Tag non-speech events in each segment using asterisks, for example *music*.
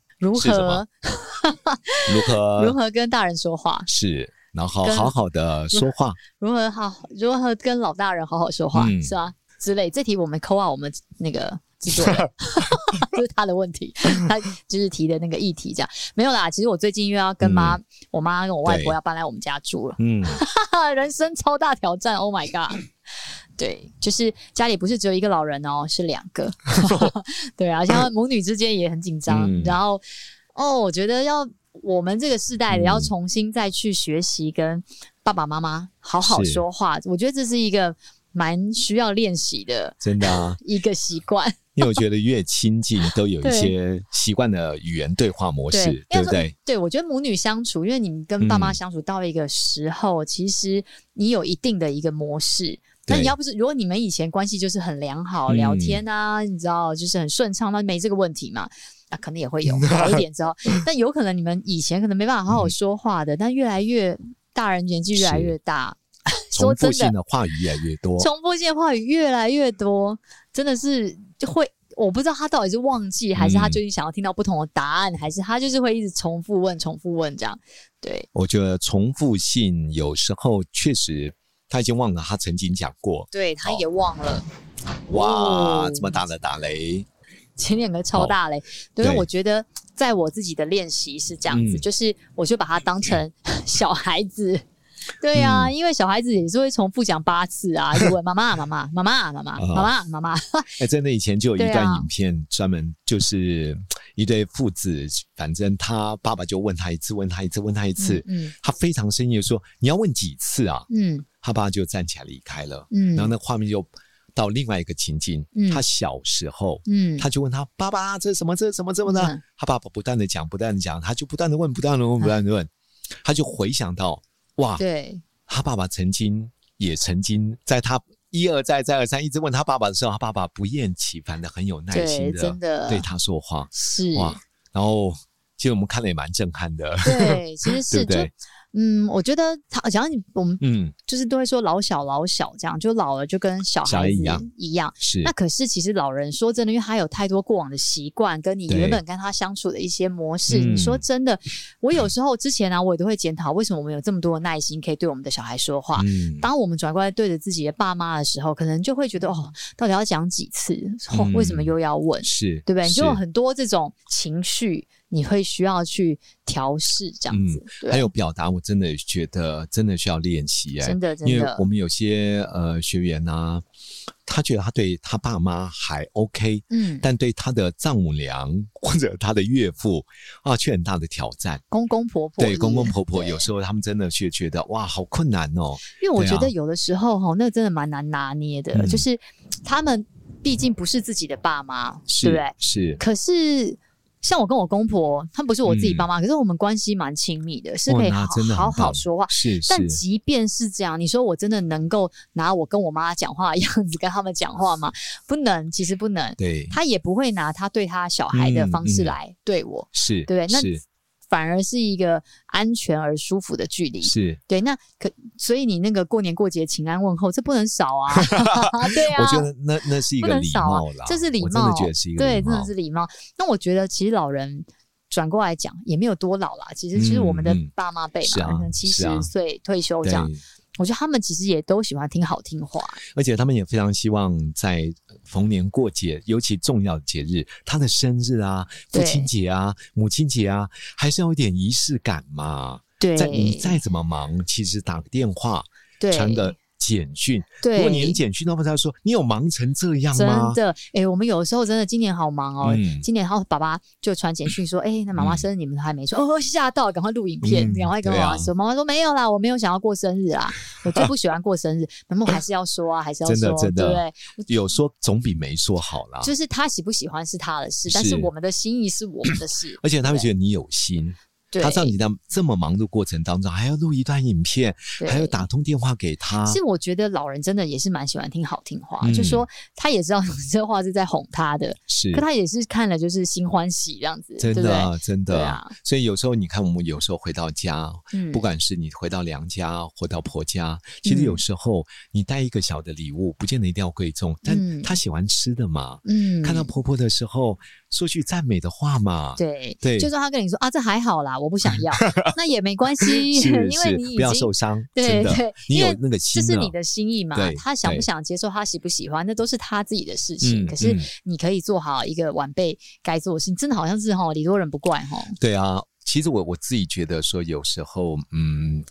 如是什么何如呃何？如？何跟大人说话，是，然后跟好好的说话。如何好如何跟老大人好好说话，嗯是吧？之类。这题我们扣啊，我们那个制作人， *laughs* 这是他的问题，他就是提的那个议题这样。没有啦，其实我最近又要跟妈、我妈跟我外婆嗯对要搬来我们家住了，嗯， *laughs* 人生超大挑战，Oh my *coughs* god！对，就是家里不是只有一个老人哦，是两个。 *laughs* *laughs* 对啊，像母女之间也很紧张。嗯然后，哦，我觉得要我们这个世代的嗯要重新再去学习跟爸爸妈妈好好是说话，我觉得这是一个蛮需要练习的真的啊，一个习惯。因为我觉得越亲近，都有 *laughs* 一对些习惯的语言对话模对式，应该说对不对？对，我觉得母女相处，因为你跟爸妈嗯相处到一个时候，其实你有一定的一个模式。那对你要不是，如果你们以前关系就是很良好，嗯聊天啊，你知道，就是很顺畅，那没这个问题嘛。啊，可能也 *laughs* 会有好一点之后，但有可能你们以前可能没办法好好说话的，但越来越大人年纪越来嗯是越大， *laughs* 说真重复的性，的话语越来越多。重复性的话语越来越多，真的是就会，我不知道他到底是忘记，还是他嗯最近想要听到不同的答案，还是他就是会一直重复问、重复问这样。对，我觉得重复性有时候确实他已经忘了他曾经讲过。对，他好也忘了，哇，哦这么大的打雷，前两个超大嘞。对，对我觉得在我自己的练习是这样子，*laughs* 嗯就是我就把它当成 *laughs* 小孩子。对呀、嗯啊，因为小孩子也是会重复讲八次啊，就问 *laughs* 妈妈、妈妈、妈妈、妈妈、啊妈妈、妈妈，哎，真的以前就有一对啊段影片专门就是一对父子，反正他爸爸就问他一次，问他一次，问他一次， *laughs* 嗯他非常生气地说：“你要问几次啊嗯？”他爸就站起来离开了，嗯，然后那画面就到另外一个情境，嗯他小时候。嗯，他就问他爸爸：“这是什么？这是什么？这么的？”嗯他爸爸不断的讲，不断的讲，他就不断的问，不断的问，不断的问，他就回想到哇，嗯对他爸爸曾经也曾经在他一而再再而三一直问他爸爸的时候，他爸爸不厌其烦的很有耐对，心的真的对他说话，是哇！然后其实我们看了也蛮震撼的，对，其实 *laughs* 对是不就对？嗯，我觉得他好像我们嗯，就是都会说老小老小这样，就老了就跟小小孩孩子一样一样。是那可是其实老人说真的，因为他有太多过往的习惯，跟你对原本跟他相处的一些模式。嗯你说真的，我有时候之前啊，我也都会检讨，为什么我们有这么多的耐心可以对我们的小孩说话。嗯，当我们转过来对着自己的爸妈的时候，可能就会觉得哦，到底要讲几次？哦嗯，为什么又要问？是对不对？你就有是很多这种情绪，你会需要去调试这样子。对嗯还有表达，我真的觉得真的需要练习哎、真的真因为的我，们有些呃学员啊，他觉得他对他爸妈还 OK，嗯，但对他的丈母娘或者他的岳父啊，却很大的挑战。公公婆婆对是不公公是婆婆，对有时候他们真的却觉得哇，好困难哦。因为我对觉啊得有的时候哈，那真的蛮难拿捏的，嗯就是他们毕竟不是自己的爸妈，对是不对？是，可是。像我跟我公婆，他们不是我自己嗯爸妈，可是我们关系蛮亲密的，是哇可以那好真的很好好棒说话。是是哦但即便是这样，你说我真的能够拿我跟我妈讲话的样子跟他们讲话吗？不能，其实不能。对，他也不会拿他对他小孩嗯的方式来对我，是对那是反而是一个安全而舒服的距离。是。对，那可所以你那个过年过节请安问候，这不能少 *laughs* 啊！对啊，我觉得那那是一不个能礼少啊貌啦，，这是礼我真貌，的觉得是一个对，礼真的貌是。礼貌。那我觉得其实老人转过来讲也没有多老啦，其实就是我们的嗯嗯爸妈辈是嘛，啊可能七是啊十岁退休这对，样，我觉得他们其实也都喜欢听好听话。而且他们也非常希望在逢年过节，尤其重要的节日，他的生日啊、父对亲节啊、母亲节啊，还是要有点仪式感嘛。对，再你再怎么忙，其实打个电话，对传个简讯。对，如果你很简讯，他们才会说你有忙成这样真吗？的，哎、我们有时候真的今年好忙哦。嗯今年，然后爸爸就传简讯说：“哎、那妈妈嗯生日你们都还没说，哦，吓到，赶快录影片，嗯赶、快跟我对啊妈说。妈妈说：“没有啦，我没有想要过生日啦，我最不喜欢过生 *laughs* 日。”那么我还是要说啊，还是要真的说，真的对不对？有说总比没说好啦。就是他喜不喜欢是他的事，但是是我们的心意是我们的 *clears throat*。事而且他会觉得你有心，对，他在你的这么忙的过程当中，还要录一段影片，对还要打通电话给他，是我觉得老人真的也是蛮喜欢听好听话，嗯就说他也知道 *laughs* 这话是在哄他的，是可他也是看了就是心欢喜这样子，真对不的对？真对的、啊所以有时候你看，我们有时候回到家，嗯不管是你回到娘家回到婆家，其嗯实有时候你带一个小的礼物，不见得一定要贵重，嗯但他喜欢吃的嘛，嗯看到婆婆的时候说句赞美的话嘛，对对就算他跟你说啊，这还好啦，我不想 *laughs* 要，那也没关系，是 *laughs* 因为是你已不要经受伤，对真的对，你因有为那个心这了，是你的心意嘛对，他想不对想接受，他喜不喜欢，那都是他自己的事情。嗯可是嗯你可以做好一个晚辈该做的事情，真的好像是哈，礼多人不怪哈。对啊，其实我我自己觉得说，有时候，嗯，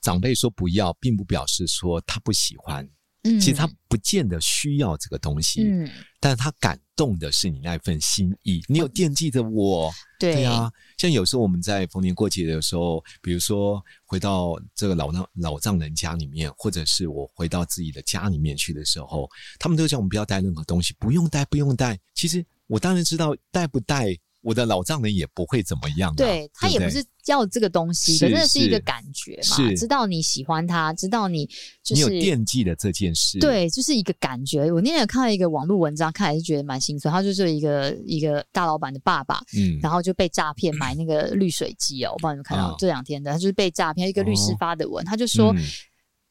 长辈说不要，并不表示说他不喜欢，嗯，其实他不见得需要这个东西，嗯，但他感动的是你那份心意，你有惦记着我。对啊，像有时候我们在逢年过节的时候，比如说回到这个老丈老丈人家里面，或者是我回到自己的家里面去的时候，他们都叫我们不要带任何东西，不用带，不用带。其实我当然知道带不带，我的老丈人也不会怎么样、啊，对他也对不对是要这个东西，是可真的是一个是感觉嘛，是知道你喜欢他，知道你就你有是。惦记的这件事，，对，就是一个感觉。我那天有看到一个网络文章，看还是觉得蛮心酸。他就是一个一个大老板的爸爸，嗯，然后就被诈骗买那个滤水机哦，我不知道你们看到、哦这两天的，他就是被诈骗。一个律师哦发的文，他就说。嗯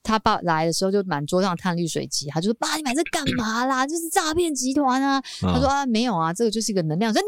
他爸来的时候就满桌上探滤水机，他就说：“爸，你买这干嘛啦？就是诈骗集团啊！”他说：“啊啊，没有啊，这个就是一个能量水，能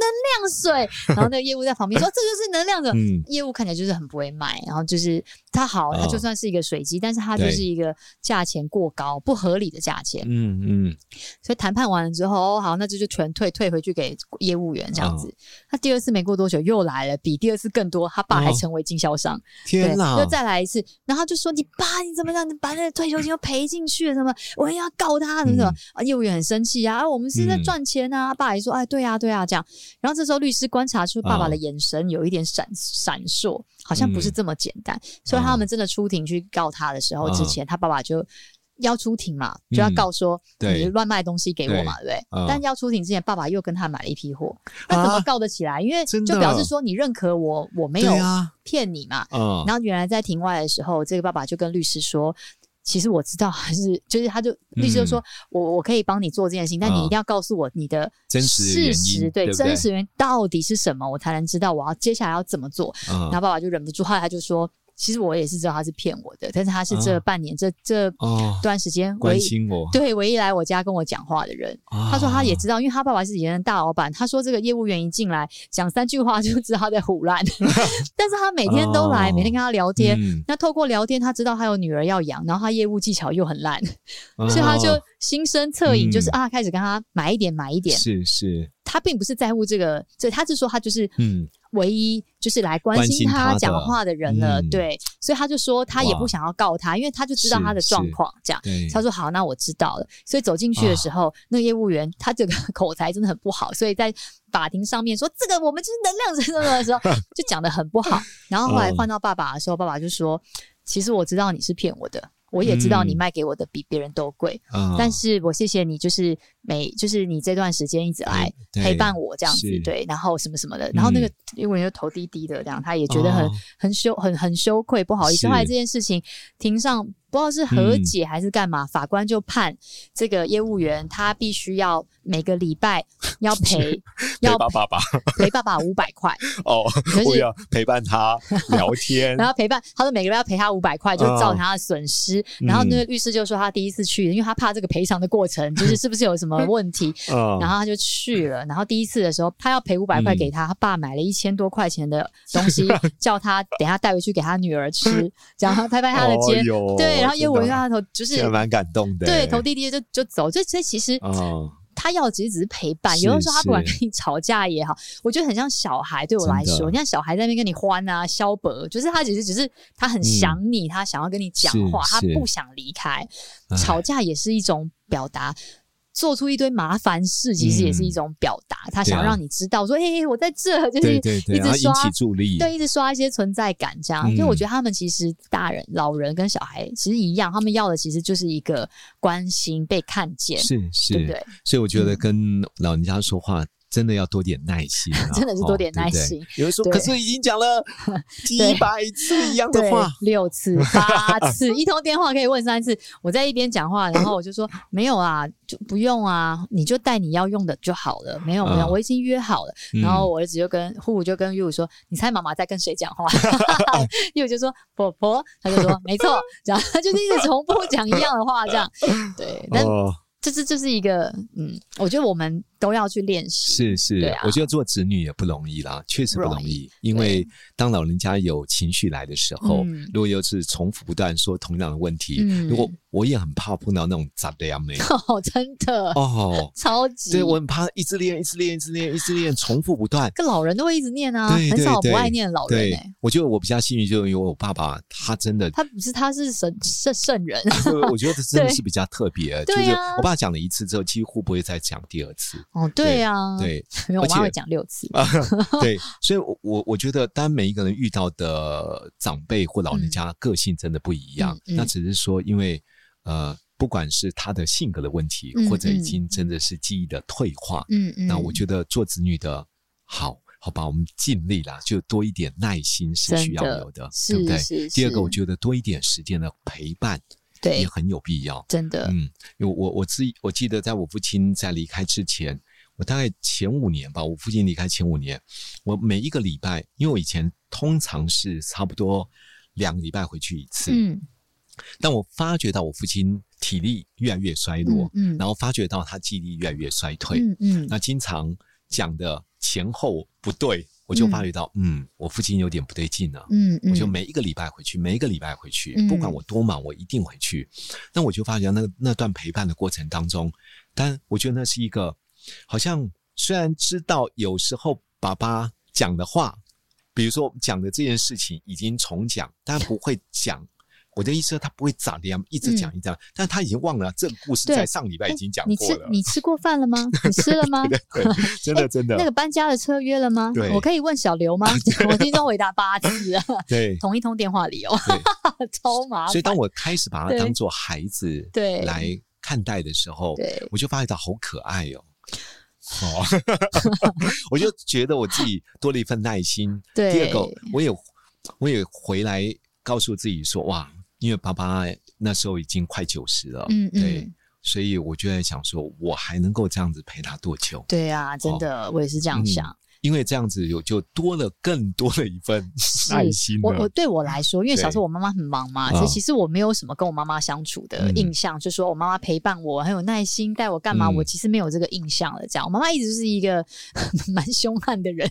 量 *laughs* 水。”然后那个业务在旁边说：“这就是能量水。嗯，业务看起来就是很不会卖，然后就是它好，它嗯就算是一个水机，但是它就对是一个价钱过高、不合理的价钱。嗯嗯，所以谈判完了之后，哦，好，那这就全退退回去给业务员这样子。嗯他第二次没过多久又来了，比第二次更多，他爸还哦成为经销商，天对，哪又，再来一次，然后他就说你爸你怎么让你把那个退休金又赔进去了？什么我也要告他什么什么、嗯啊？业务员很生气啊，啊我们是在嗯赚钱啊，爸也说哎对啊对啊这样。然后这时候律师观察出爸爸的哦眼神有一点闪闪烁，好像不是嗯这么简单。所以他们真的出庭去告他的时候，之嗯前他爸爸就。要出庭嘛，就要嗯告说、对你乱卖东西给我嘛，对不对？嗯但要出庭之前，爸爸又跟他买了一批货，那怎么啊告得起来？因为真就的表示说你认可我，我没有对啊骗你嘛。嗯，然后原来在庭外的时候，这个爸爸就跟律师说。其实我知道，还是就是，他就律师就说、嗯我我可以帮你做这件事情，但你一定要告诉我你的真实的原事因实，对不对真实原因到底是什么，我才能知道我要接下来要怎么做。嗯然后爸爸就忍不住，后来他就说，其实我也是知道他是骗我的，但是他是这啊半年、这这哦，段时间唯关一心我，对唯一来我家跟我讲话的人，啊他说他也知道，因为他爸爸是以前的大老板。他说这个业务员一进来讲三句话就知道他在胡乱， *laughs* 但是他每天都来，哦每天跟他聊天。嗯那透过聊天，他知道他有女儿要养，然后他业务技巧又很烂，哦所以他就心生恻隐，嗯就是啊，开始跟他买一点买一点。是是，他并不是在乎这个，所以他是说他就是嗯，唯一就是来关关心心他他的讲话的人了。嗯对，所以他就说他也哇不想要告他，因为他就知道是他的是状况这样。对，他说好，那我知道了。所以走进去的啊时候，那个业务员他这个 *laughs* 口才真的很不好，所以在法庭上面说这个我们就是能量什么什么的 *laughs* 时候，就讲的很不好。然后后来嗯换到爸爸的时候，爸爸就说：“其实我知道你是骗我的，我也知道你嗯卖给我的比别人都贵，嗯，但是我谢谢你，就是每就是你这段时间一直来哎对陪伴我这样子，是对，然后什么什么的，然后那个嗯业务员就头低低的这样，他也觉得很、哦很羞很很羞愧，不好意思。是后来这件事情庭上不知道是和嗯解还是干嘛，法官就判这个业务员他必须要每个礼拜 *laughs* 要陪要陪爸爸吧。陪爸爸五百 *laughs* 块，哦，可我是要陪伴他 *laughs* 聊天然。后陪伴，他说每个人要赔他五百块，嗯就造成他的损失。然后那个律师就说他第一次去，因为他怕这个赔偿的过程就是是不是有什么问题，嗯然后他就去了。然后第一次的时候，他要赔五百块给他，他爸买了一千多块钱的东 *laughs* 西，叫他等一下带回去给他女儿吃，然后拍拍他的肩，哦哟对，然后真业务员的让他头就是现在蛮感动的，欸对头低低的就就走。这这其实哦，他要的其实只是陪伴。有的是时候他不管是跟你吵架也好，我觉得很像小孩对我来真说，的你看小孩在那边跟你欢啊、消伯，就是他只是只是他很想你，他想要跟你讲话，是他嗯是不想离开。哎吵架也是一种表达。做出一堆麻烦事，其实也是一种表达。他想嗯对啊让你知道，说：“嘿、嘿，我在这。”就是对对对，一然后直引刷起助力，对，一直刷一些存在感，这样。嗯就我觉得他们其实大人、老人跟小孩其实一样，他们要的其实就是一个关心、被看见，是对不是，对？所以我觉得嗯跟老人家说话真的要多点耐心啊， *laughs* 真的是哦多点耐。对不 *laughs* 心对。有人说，对可是已经讲了 *laughs* 几对百次一样的对话，，六次、八 *laughs* 次，一通电话可以问三次。我在一边讲话，然后我就说没有啊，就不用啊，你就带你要用的就好了。没有没有，嗯我已经约好了。嗯然后我儿子就跟呼呼就跟玉武说：“你猜妈妈在跟谁讲话？” *laughs* *laughs* 玉武就说：“婆婆。”他就说：“没错。”然后他就是一直重复讲一样的话，这样对。但哦，这是这是一个嗯，我觉得我们都要去练 *laughs* 习。是是，对啊我觉得做子女也不容易啦，确实不不容容易。因为当老人家有情绪来的时候，嗯如果又是重复不断说同样的问题，嗯如果我也很怕碰到那种杂的呀 *laughs* 妹哦，真的，哦，超级。对我很怕一直练，一直练，一直练，一直练，重复 *laughs* 不断。跟老人都会一直念啊，对很少对不爱对念的老人对哎、，我觉得我比较幸运，就是因为我爸爸他 *laughs* 真的，他不是，他是神圣圣 *laughs* 人，我觉得这真的是比较特别，就是对啊我爸讲了一次之后，几乎不会再讲第二次。哦，对啊，，对，没有，我而妈且会讲六次，啊， *laughs* 对，所以我，我我觉得，当每一个人遇到的长辈或老人家个性真的不一样，嗯嗯嗯那只是说，因为呃，不管是他的性格的问题，嗯或者嗯已经真的是记忆的退化，嗯嗯，那我觉得做子女的好好吧，我们尽力啦，就多一点耐心是需要真的有的，是对不对？是第二个，是我觉得多一点时间的陪伴对也，很有必要。真的，嗯，因为我我自己我记得，在我父亲在离开之前，我大概前五年吧，我父亲离开前五年，我每一个礼拜，因为我以前通常是差不多两个礼拜回去一次，嗯，但我发觉到我父亲体力越来越衰弱，嗯嗯然后发觉到他记忆力越来越衰退，嗯嗯，那经常讲的前后不对，我就发觉到，嗯我父亲有点不对劲啊了、嗯嗯，我就每一个礼拜回去，每一个礼拜回去嗯，不管我多忙，我一定回去。那我就发觉那那段陪伴的过程当中，但我觉得那是一个好像虽然知道有时候爸爸讲的话，比如说讲的这件事情已经重讲，但不会讲。我的意思，他不会咋的呀，一直讲一直讲，但他已经忘了这个故嗯事对在上礼拜已经讲你过吃了。你吃过饭了 *laughs* 吗？你吃了吗？对， *laughs* 真的真的，那个搬家的车约了吗？对我可以问小 *laughs* 刘吗？我听众回答八次啊，对同一通电话里哦，对。 *laughs* 超麻所以烦。当我开始把它对当做孩子对来看待的时候，对我就发觉到好可爱 *laughs* 哦。哦， *laughs* 我就觉得我自己多了一份耐心。对第二个，我也我也回来告诉自己说，哇，因为爸爸那时候已经快九十了，嗯嗯对，所以我就在想说，我还能够这样子陪他多久？对啊，真的，我也是这样嗯想。因为这样子有就多了更多的一份是耐心我我了。对我来说，因为小时候对我妈妈很忙嘛，嗯所以其实我没有什么跟我妈妈相处的印象，就说我妈妈陪伴我很有耐心，带我干嘛，嗯我其实没有这个印象了。这样，我妈妈一直是一个 *laughs* 蛮凶悍的 *laughs* 人，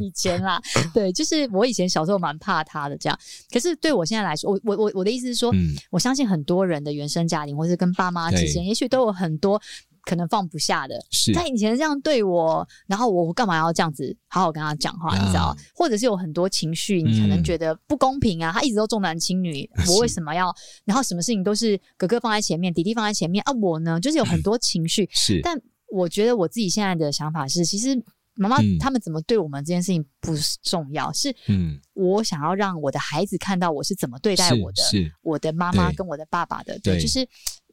以前啦，对，就是我以前小时候蛮怕她的这样。可是对我现在来说，我我我我的意思是说，嗯，我相信很多人的原生家庭或是跟爸妈之间，对也许都有很多可能放不下的，是他以前这样对我，然后我干嘛要这样子好好跟他讲话？啊你知道，或者是有很多情绪，你可能嗯觉得不公平啊，他一直都重男轻 *laughs* 女，是我为什么要？然后什么事情都是哥哥放在前面，弟弟放在前面啊，我呢，就是有很多情绪。 *laughs* 是，但我觉得我自己现在的想法是，其实妈妈嗯他们怎么对我们这件事情不是重要，是嗯，我想要让我的孩子看到我是怎么对待是我的，是，我的妈妈对跟我的爸爸的，对，对就是，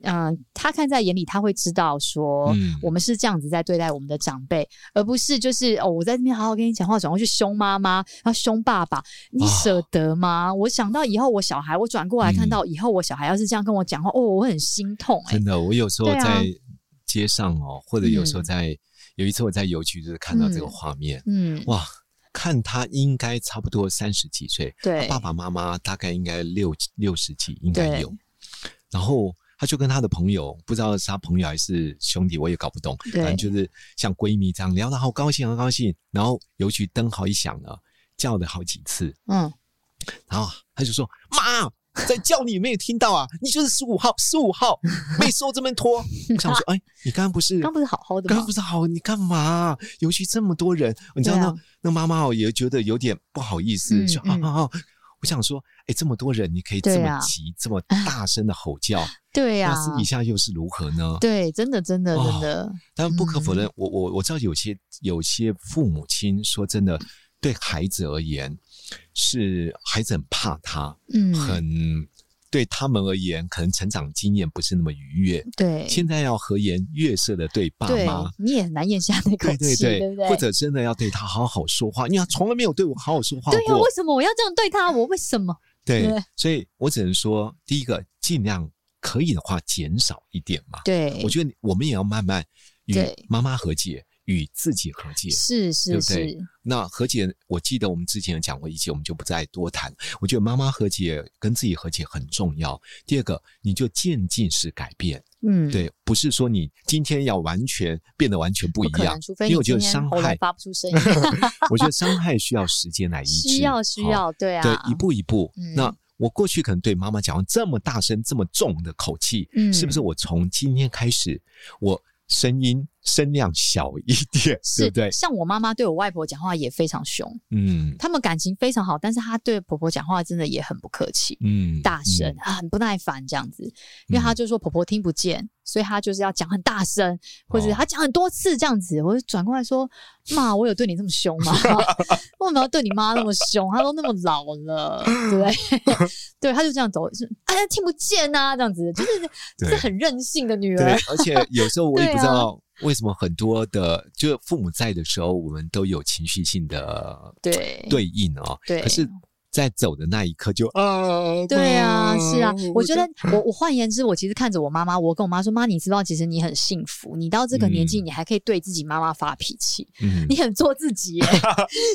嗯、他看在眼里，他会知道说，嗯我们是这样子在对待我们的长辈，而不是就是哦，我在这边好好跟你讲话，转过去凶妈妈，然后凶爸爸，你舍哦得吗？我想到以后我小孩，我转过来看到以后我小孩要是这样跟我讲话，哦，我很心痛哎、嗯真的，我有时候对啊在街上哦，或者有时候在、有一次我在邮局就是看到这个画面，嗯，哇，看他应该差不多三十几岁，对，爸爸妈妈大概应该六六十几应该对有，然后。他就跟他的朋友，不知道是他朋友还是兄弟，我也搞不懂。对反正就是像闺蜜这样聊得好高兴，好高兴。然后邮局灯号一响了，叫了好几次，嗯，然后他就说：“妈，在叫你没有听到啊？ *laughs* 你就是十五号，十五 *laughs* 号被收这么拖。我想说，哎，你刚刚不是刚不是好好的吗刚刚不？是好，你干嘛？尤其这么多人，你知道对那、啊那妈妈哦也觉得有点不好意思，嗯说啊嗯啊啊！我想说，哎，这么多人，你可以这对么啊急、这么大声的吼叫， *laughs* 对呀、那私底下又是如何呢？对，嗯真的真的哦真的，但不可否认，我我我知道有些有些父母亲说真的，对孩子而言，是孩子很怕他，嗯，很对他们而言，可能成长经验不是那么愉悦。对，现在要和颜悦色的对爸对妈，，你也很难咽下那口对气，对对，不对？或者真的要对他好好说话，因为他从来没有对我好好说话对呀、过为。什么我要这样对他？我为什么？对对所以我只能说，第一个尽量可以的话减少一点嘛。对，我觉得我们也要慢慢与对妈妈和解，与自己和解。是对是不对是，那和解，我记得我们之前有讲过一集，我们就不再多谈。我觉得妈妈和解跟自己和解很重要。第二个，你就渐进式改变，嗯，，对，不是说你今天要完全变得完全不不一可样能，，除非因为你我觉今得天伤喉咙害发不出 *laughs* 声音，我觉得伤害需要时 *laughs* 间来医治，需要需哦、要，对啊，对，一步一步。嗯那我过去可能对妈妈讲这么大声、这么重的口气，嗯是不是我从今天开始，我声音声量小一点， *laughs* 是对不对？像我妈妈对我外婆讲话也非常凶，嗯他们感情非常好，但是她对婆婆讲话真的也很不客气。嗯，大声、啊，很不耐烦这样子，因为她就说婆婆听不见，所以她就是要讲很大声，或者哦她讲很多次这样子。我就转过来说：“妈，我有对你这么凶吗？ *laughs* 为什么要对你妈那么凶？她都那么老了，对 *laughs* 不对？”对，她就这样走，就是哎呀听不见啊，这样子，就是 *laughs* 对是很任性的女对儿。，而且有时候我也对啊不知道为什么很多的，就父母在的时候，我们都有情绪性的对对应哦。对哦可是，在走的那一刻就啊，对啊，妈是啊，嗯我觉得就我我换言之，我其实看着我妈妈，我跟我妈说：“妈，你知道，其实你很幸福，你到这个年纪，嗯你还可以对自己妈妈发脾气，嗯你很做自 *laughs* 己耶。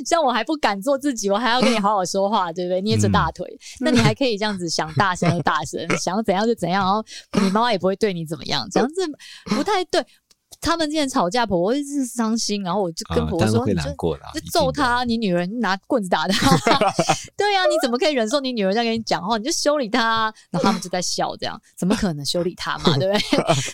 像我还不敢做自己，我还要跟你好好说话，对不对？捏着大嗯腿，那你还可以这样子想大 *laughs* 声就大声，想要怎样就怎样，然后你妈妈也不会对你怎么样，这样子不太对。他们之前吵架，婆婆就是伤心，然后我就跟啊婆婆当然说：“会你就难过啦，就一定揍的。他，你女儿你拿棍子打 *laughs* 他，对呀、你怎么可以忍受你女儿在跟你讲话？你就修理她，然后他们就在笑，这样怎么可能修理她 *laughs* 嘛，对不对？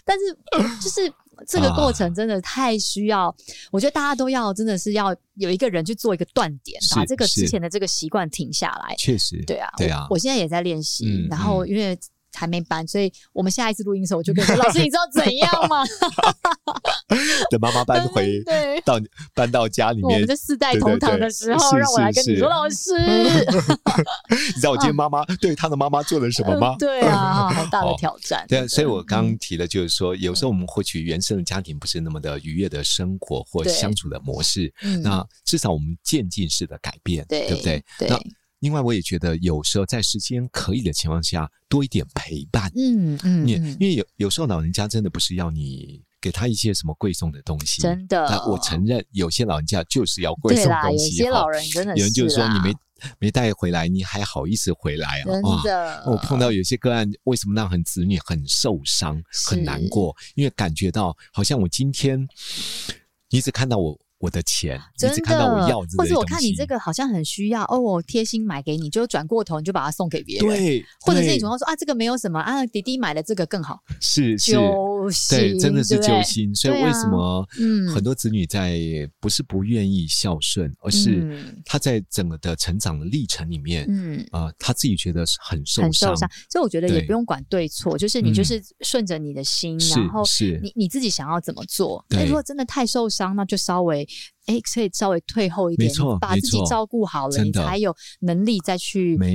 但是就是这个过程真的太需要，我觉得大家都要真的是要有一个人去做一个断点，是把这个是之前的这个习惯停下来。确实，对啊，对啊我，我现在也在练习，嗯然后嗯因为。还没搬，所以我们下一次录音的时候，我就跟你说：“老师，你知道怎样 *laughs* 吗等妈妈？”搬回对，到搬到家里我面们，这四代对对同堂对的时候，是让我是来跟你是说，老师，你知道我 *laughs* 今天妈妈对她的妈妈做了什么吗嗯？对 *laughs* 嗯啊，好大的哦挑战。对啊，真的所以我刚刚提的就是说，嗯有时候我们获取原生的家庭不是那么的愉悦的生活或对相处的模式，嗯那至少我们渐进式的改变，对不对？对那另外，我也觉得有时候在时间可以的情况下，多一点陪伴。嗯嗯，你嗯因为有有时候老人家真的不是要你给他一些什么贵重的东西，真的那我承认有些老人家就是要贵对重啦，有东西哈，些老人真的有人就是说你啦没没带回来，你还好意思回来啊？真哇的，我碰到有些个案，为什么让很子女很受伤、很难过？因为感觉到好像我今天，你只看到我我的钱，你真只的，看到我要这或些东西。者我看你这个好像很需要哦，我贴心买给你，就转过头你就把它送给别人，对，或者是对你总要说啊，这个没有什么啊，弟弟买的这个更好，是是，揪对，心，真的是对不揪对。心。所以对啊为什么嗯很多子女在不是不愿意孝顺，而是嗯他在整个的成长的历程里面，嗯，呃，他自己觉得是很受很伤受，伤，所以我觉得也对不用管对错，就是你嗯就是顺着你的心，是嗯然后是，你你自己想要怎么做？对那如果真的太受伤，那就稍微哎，可以稍微退后一点，没错你把自己没错照顾好了，真你的才有能力再去 *laughs* 没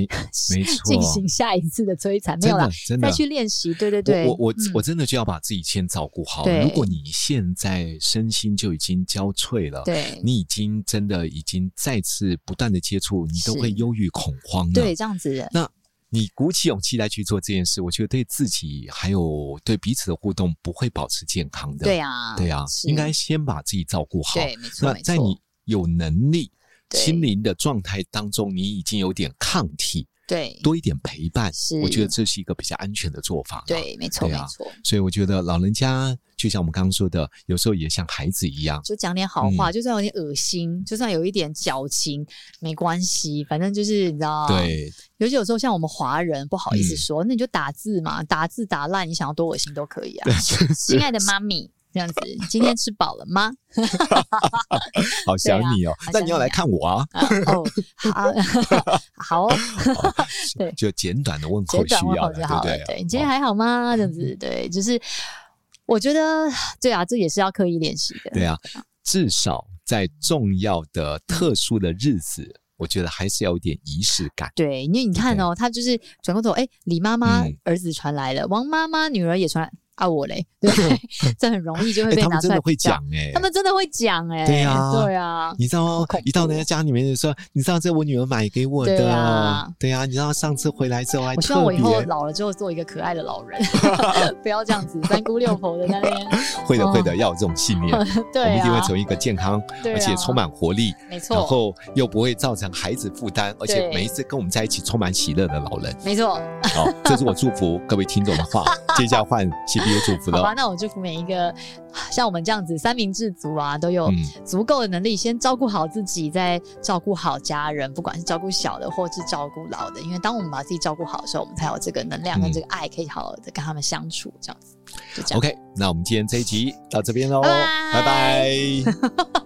没进错，行下一次的摧 *laughs* 残。没真有啦的，真的再去练习。对对对，我我我、嗯我真的就要把自己先照顾好。对如果你现在身心就已经交瘁了，对你已经真的已经再次不断的接触，你都是会忧郁恐慌了。对，这样子，那你鼓起勇气来去做这件事，我觉得对自己还有对彼此的互动不会保持健康的。对啊，对啊，是应该先把自己照顾好。对，没错那没在错你。有能力。对心灵的状态当中，你已经有点抗体，对多一点陪伴是，我觉得这是一个比较安全的做法、，对，没错、对啊没错。所以我觉得老人家就像我们刚刚说的，有时候也像孩子一样，就讲点好嗯话，就算有点恶心，就算有一点矫情，没关系，反正就是你知道，，对，尤其有时候像我们华人不好意思嗯说，那你就打字嘛，打字打烂，你想要多恶心都可以啊。亲爱的妈咪，这 *laughs* 样子，今天吃饱了吗？好想你哦。好那想你要你来啊看我啊，啊哦，好， *laughs* 好哦，对就简短的问简候需短问要候就了，好对哦嗯了不。对，你今天还好吗？这样子，对，就是我觉得，对啊，这也是要刻意练习的。嗯对啊，至少在重要的、特殊的日子，我觉得还是要有点仪式感。对，因为你看哦，他就是转过头，哎、李妈妈嗯儿子传来了，王妈妈女儿也传来啊，我嘞， *laughs* 对不对？这很容易嗯就会哎，被他拿出们真来的会比较讲，哎，他们真的会讲、哎，对啊对啊，你知道好哦恐，一到怖人家家里面就说，你知道这我女儿买给我对的啊哦，对啊，你知道上次回来之后还我希望特我以后别，老了之后做一个可爱的老 *laughs* 人，不要这样子三姑六婆的在那边。会的哦会的，要有这种信念， *laughs* 对我们一定会啊，从一个健康对而且啊充满活力，没错，然后又不会造成孩子负担，而且对每一次跟我们在一起充满喜乐的老人。没错，好，这是我祝福各位听众 *laughs* 的话，接下来换 CPU 祝福好吧，了。那我祝福每一个像我们这样子三明治族啊，都有嗯，足够的能力，先照顾好自己，再照顾好家人，不管是照顾小的或是照顾老的。因为当我们把自己照顾好的时候，我们才有这个能量跟嗯这个爱，可以好好的跟他们相处，这样子。就这样。 OK，那我们今天这一集到这边喽，拜拜拜拜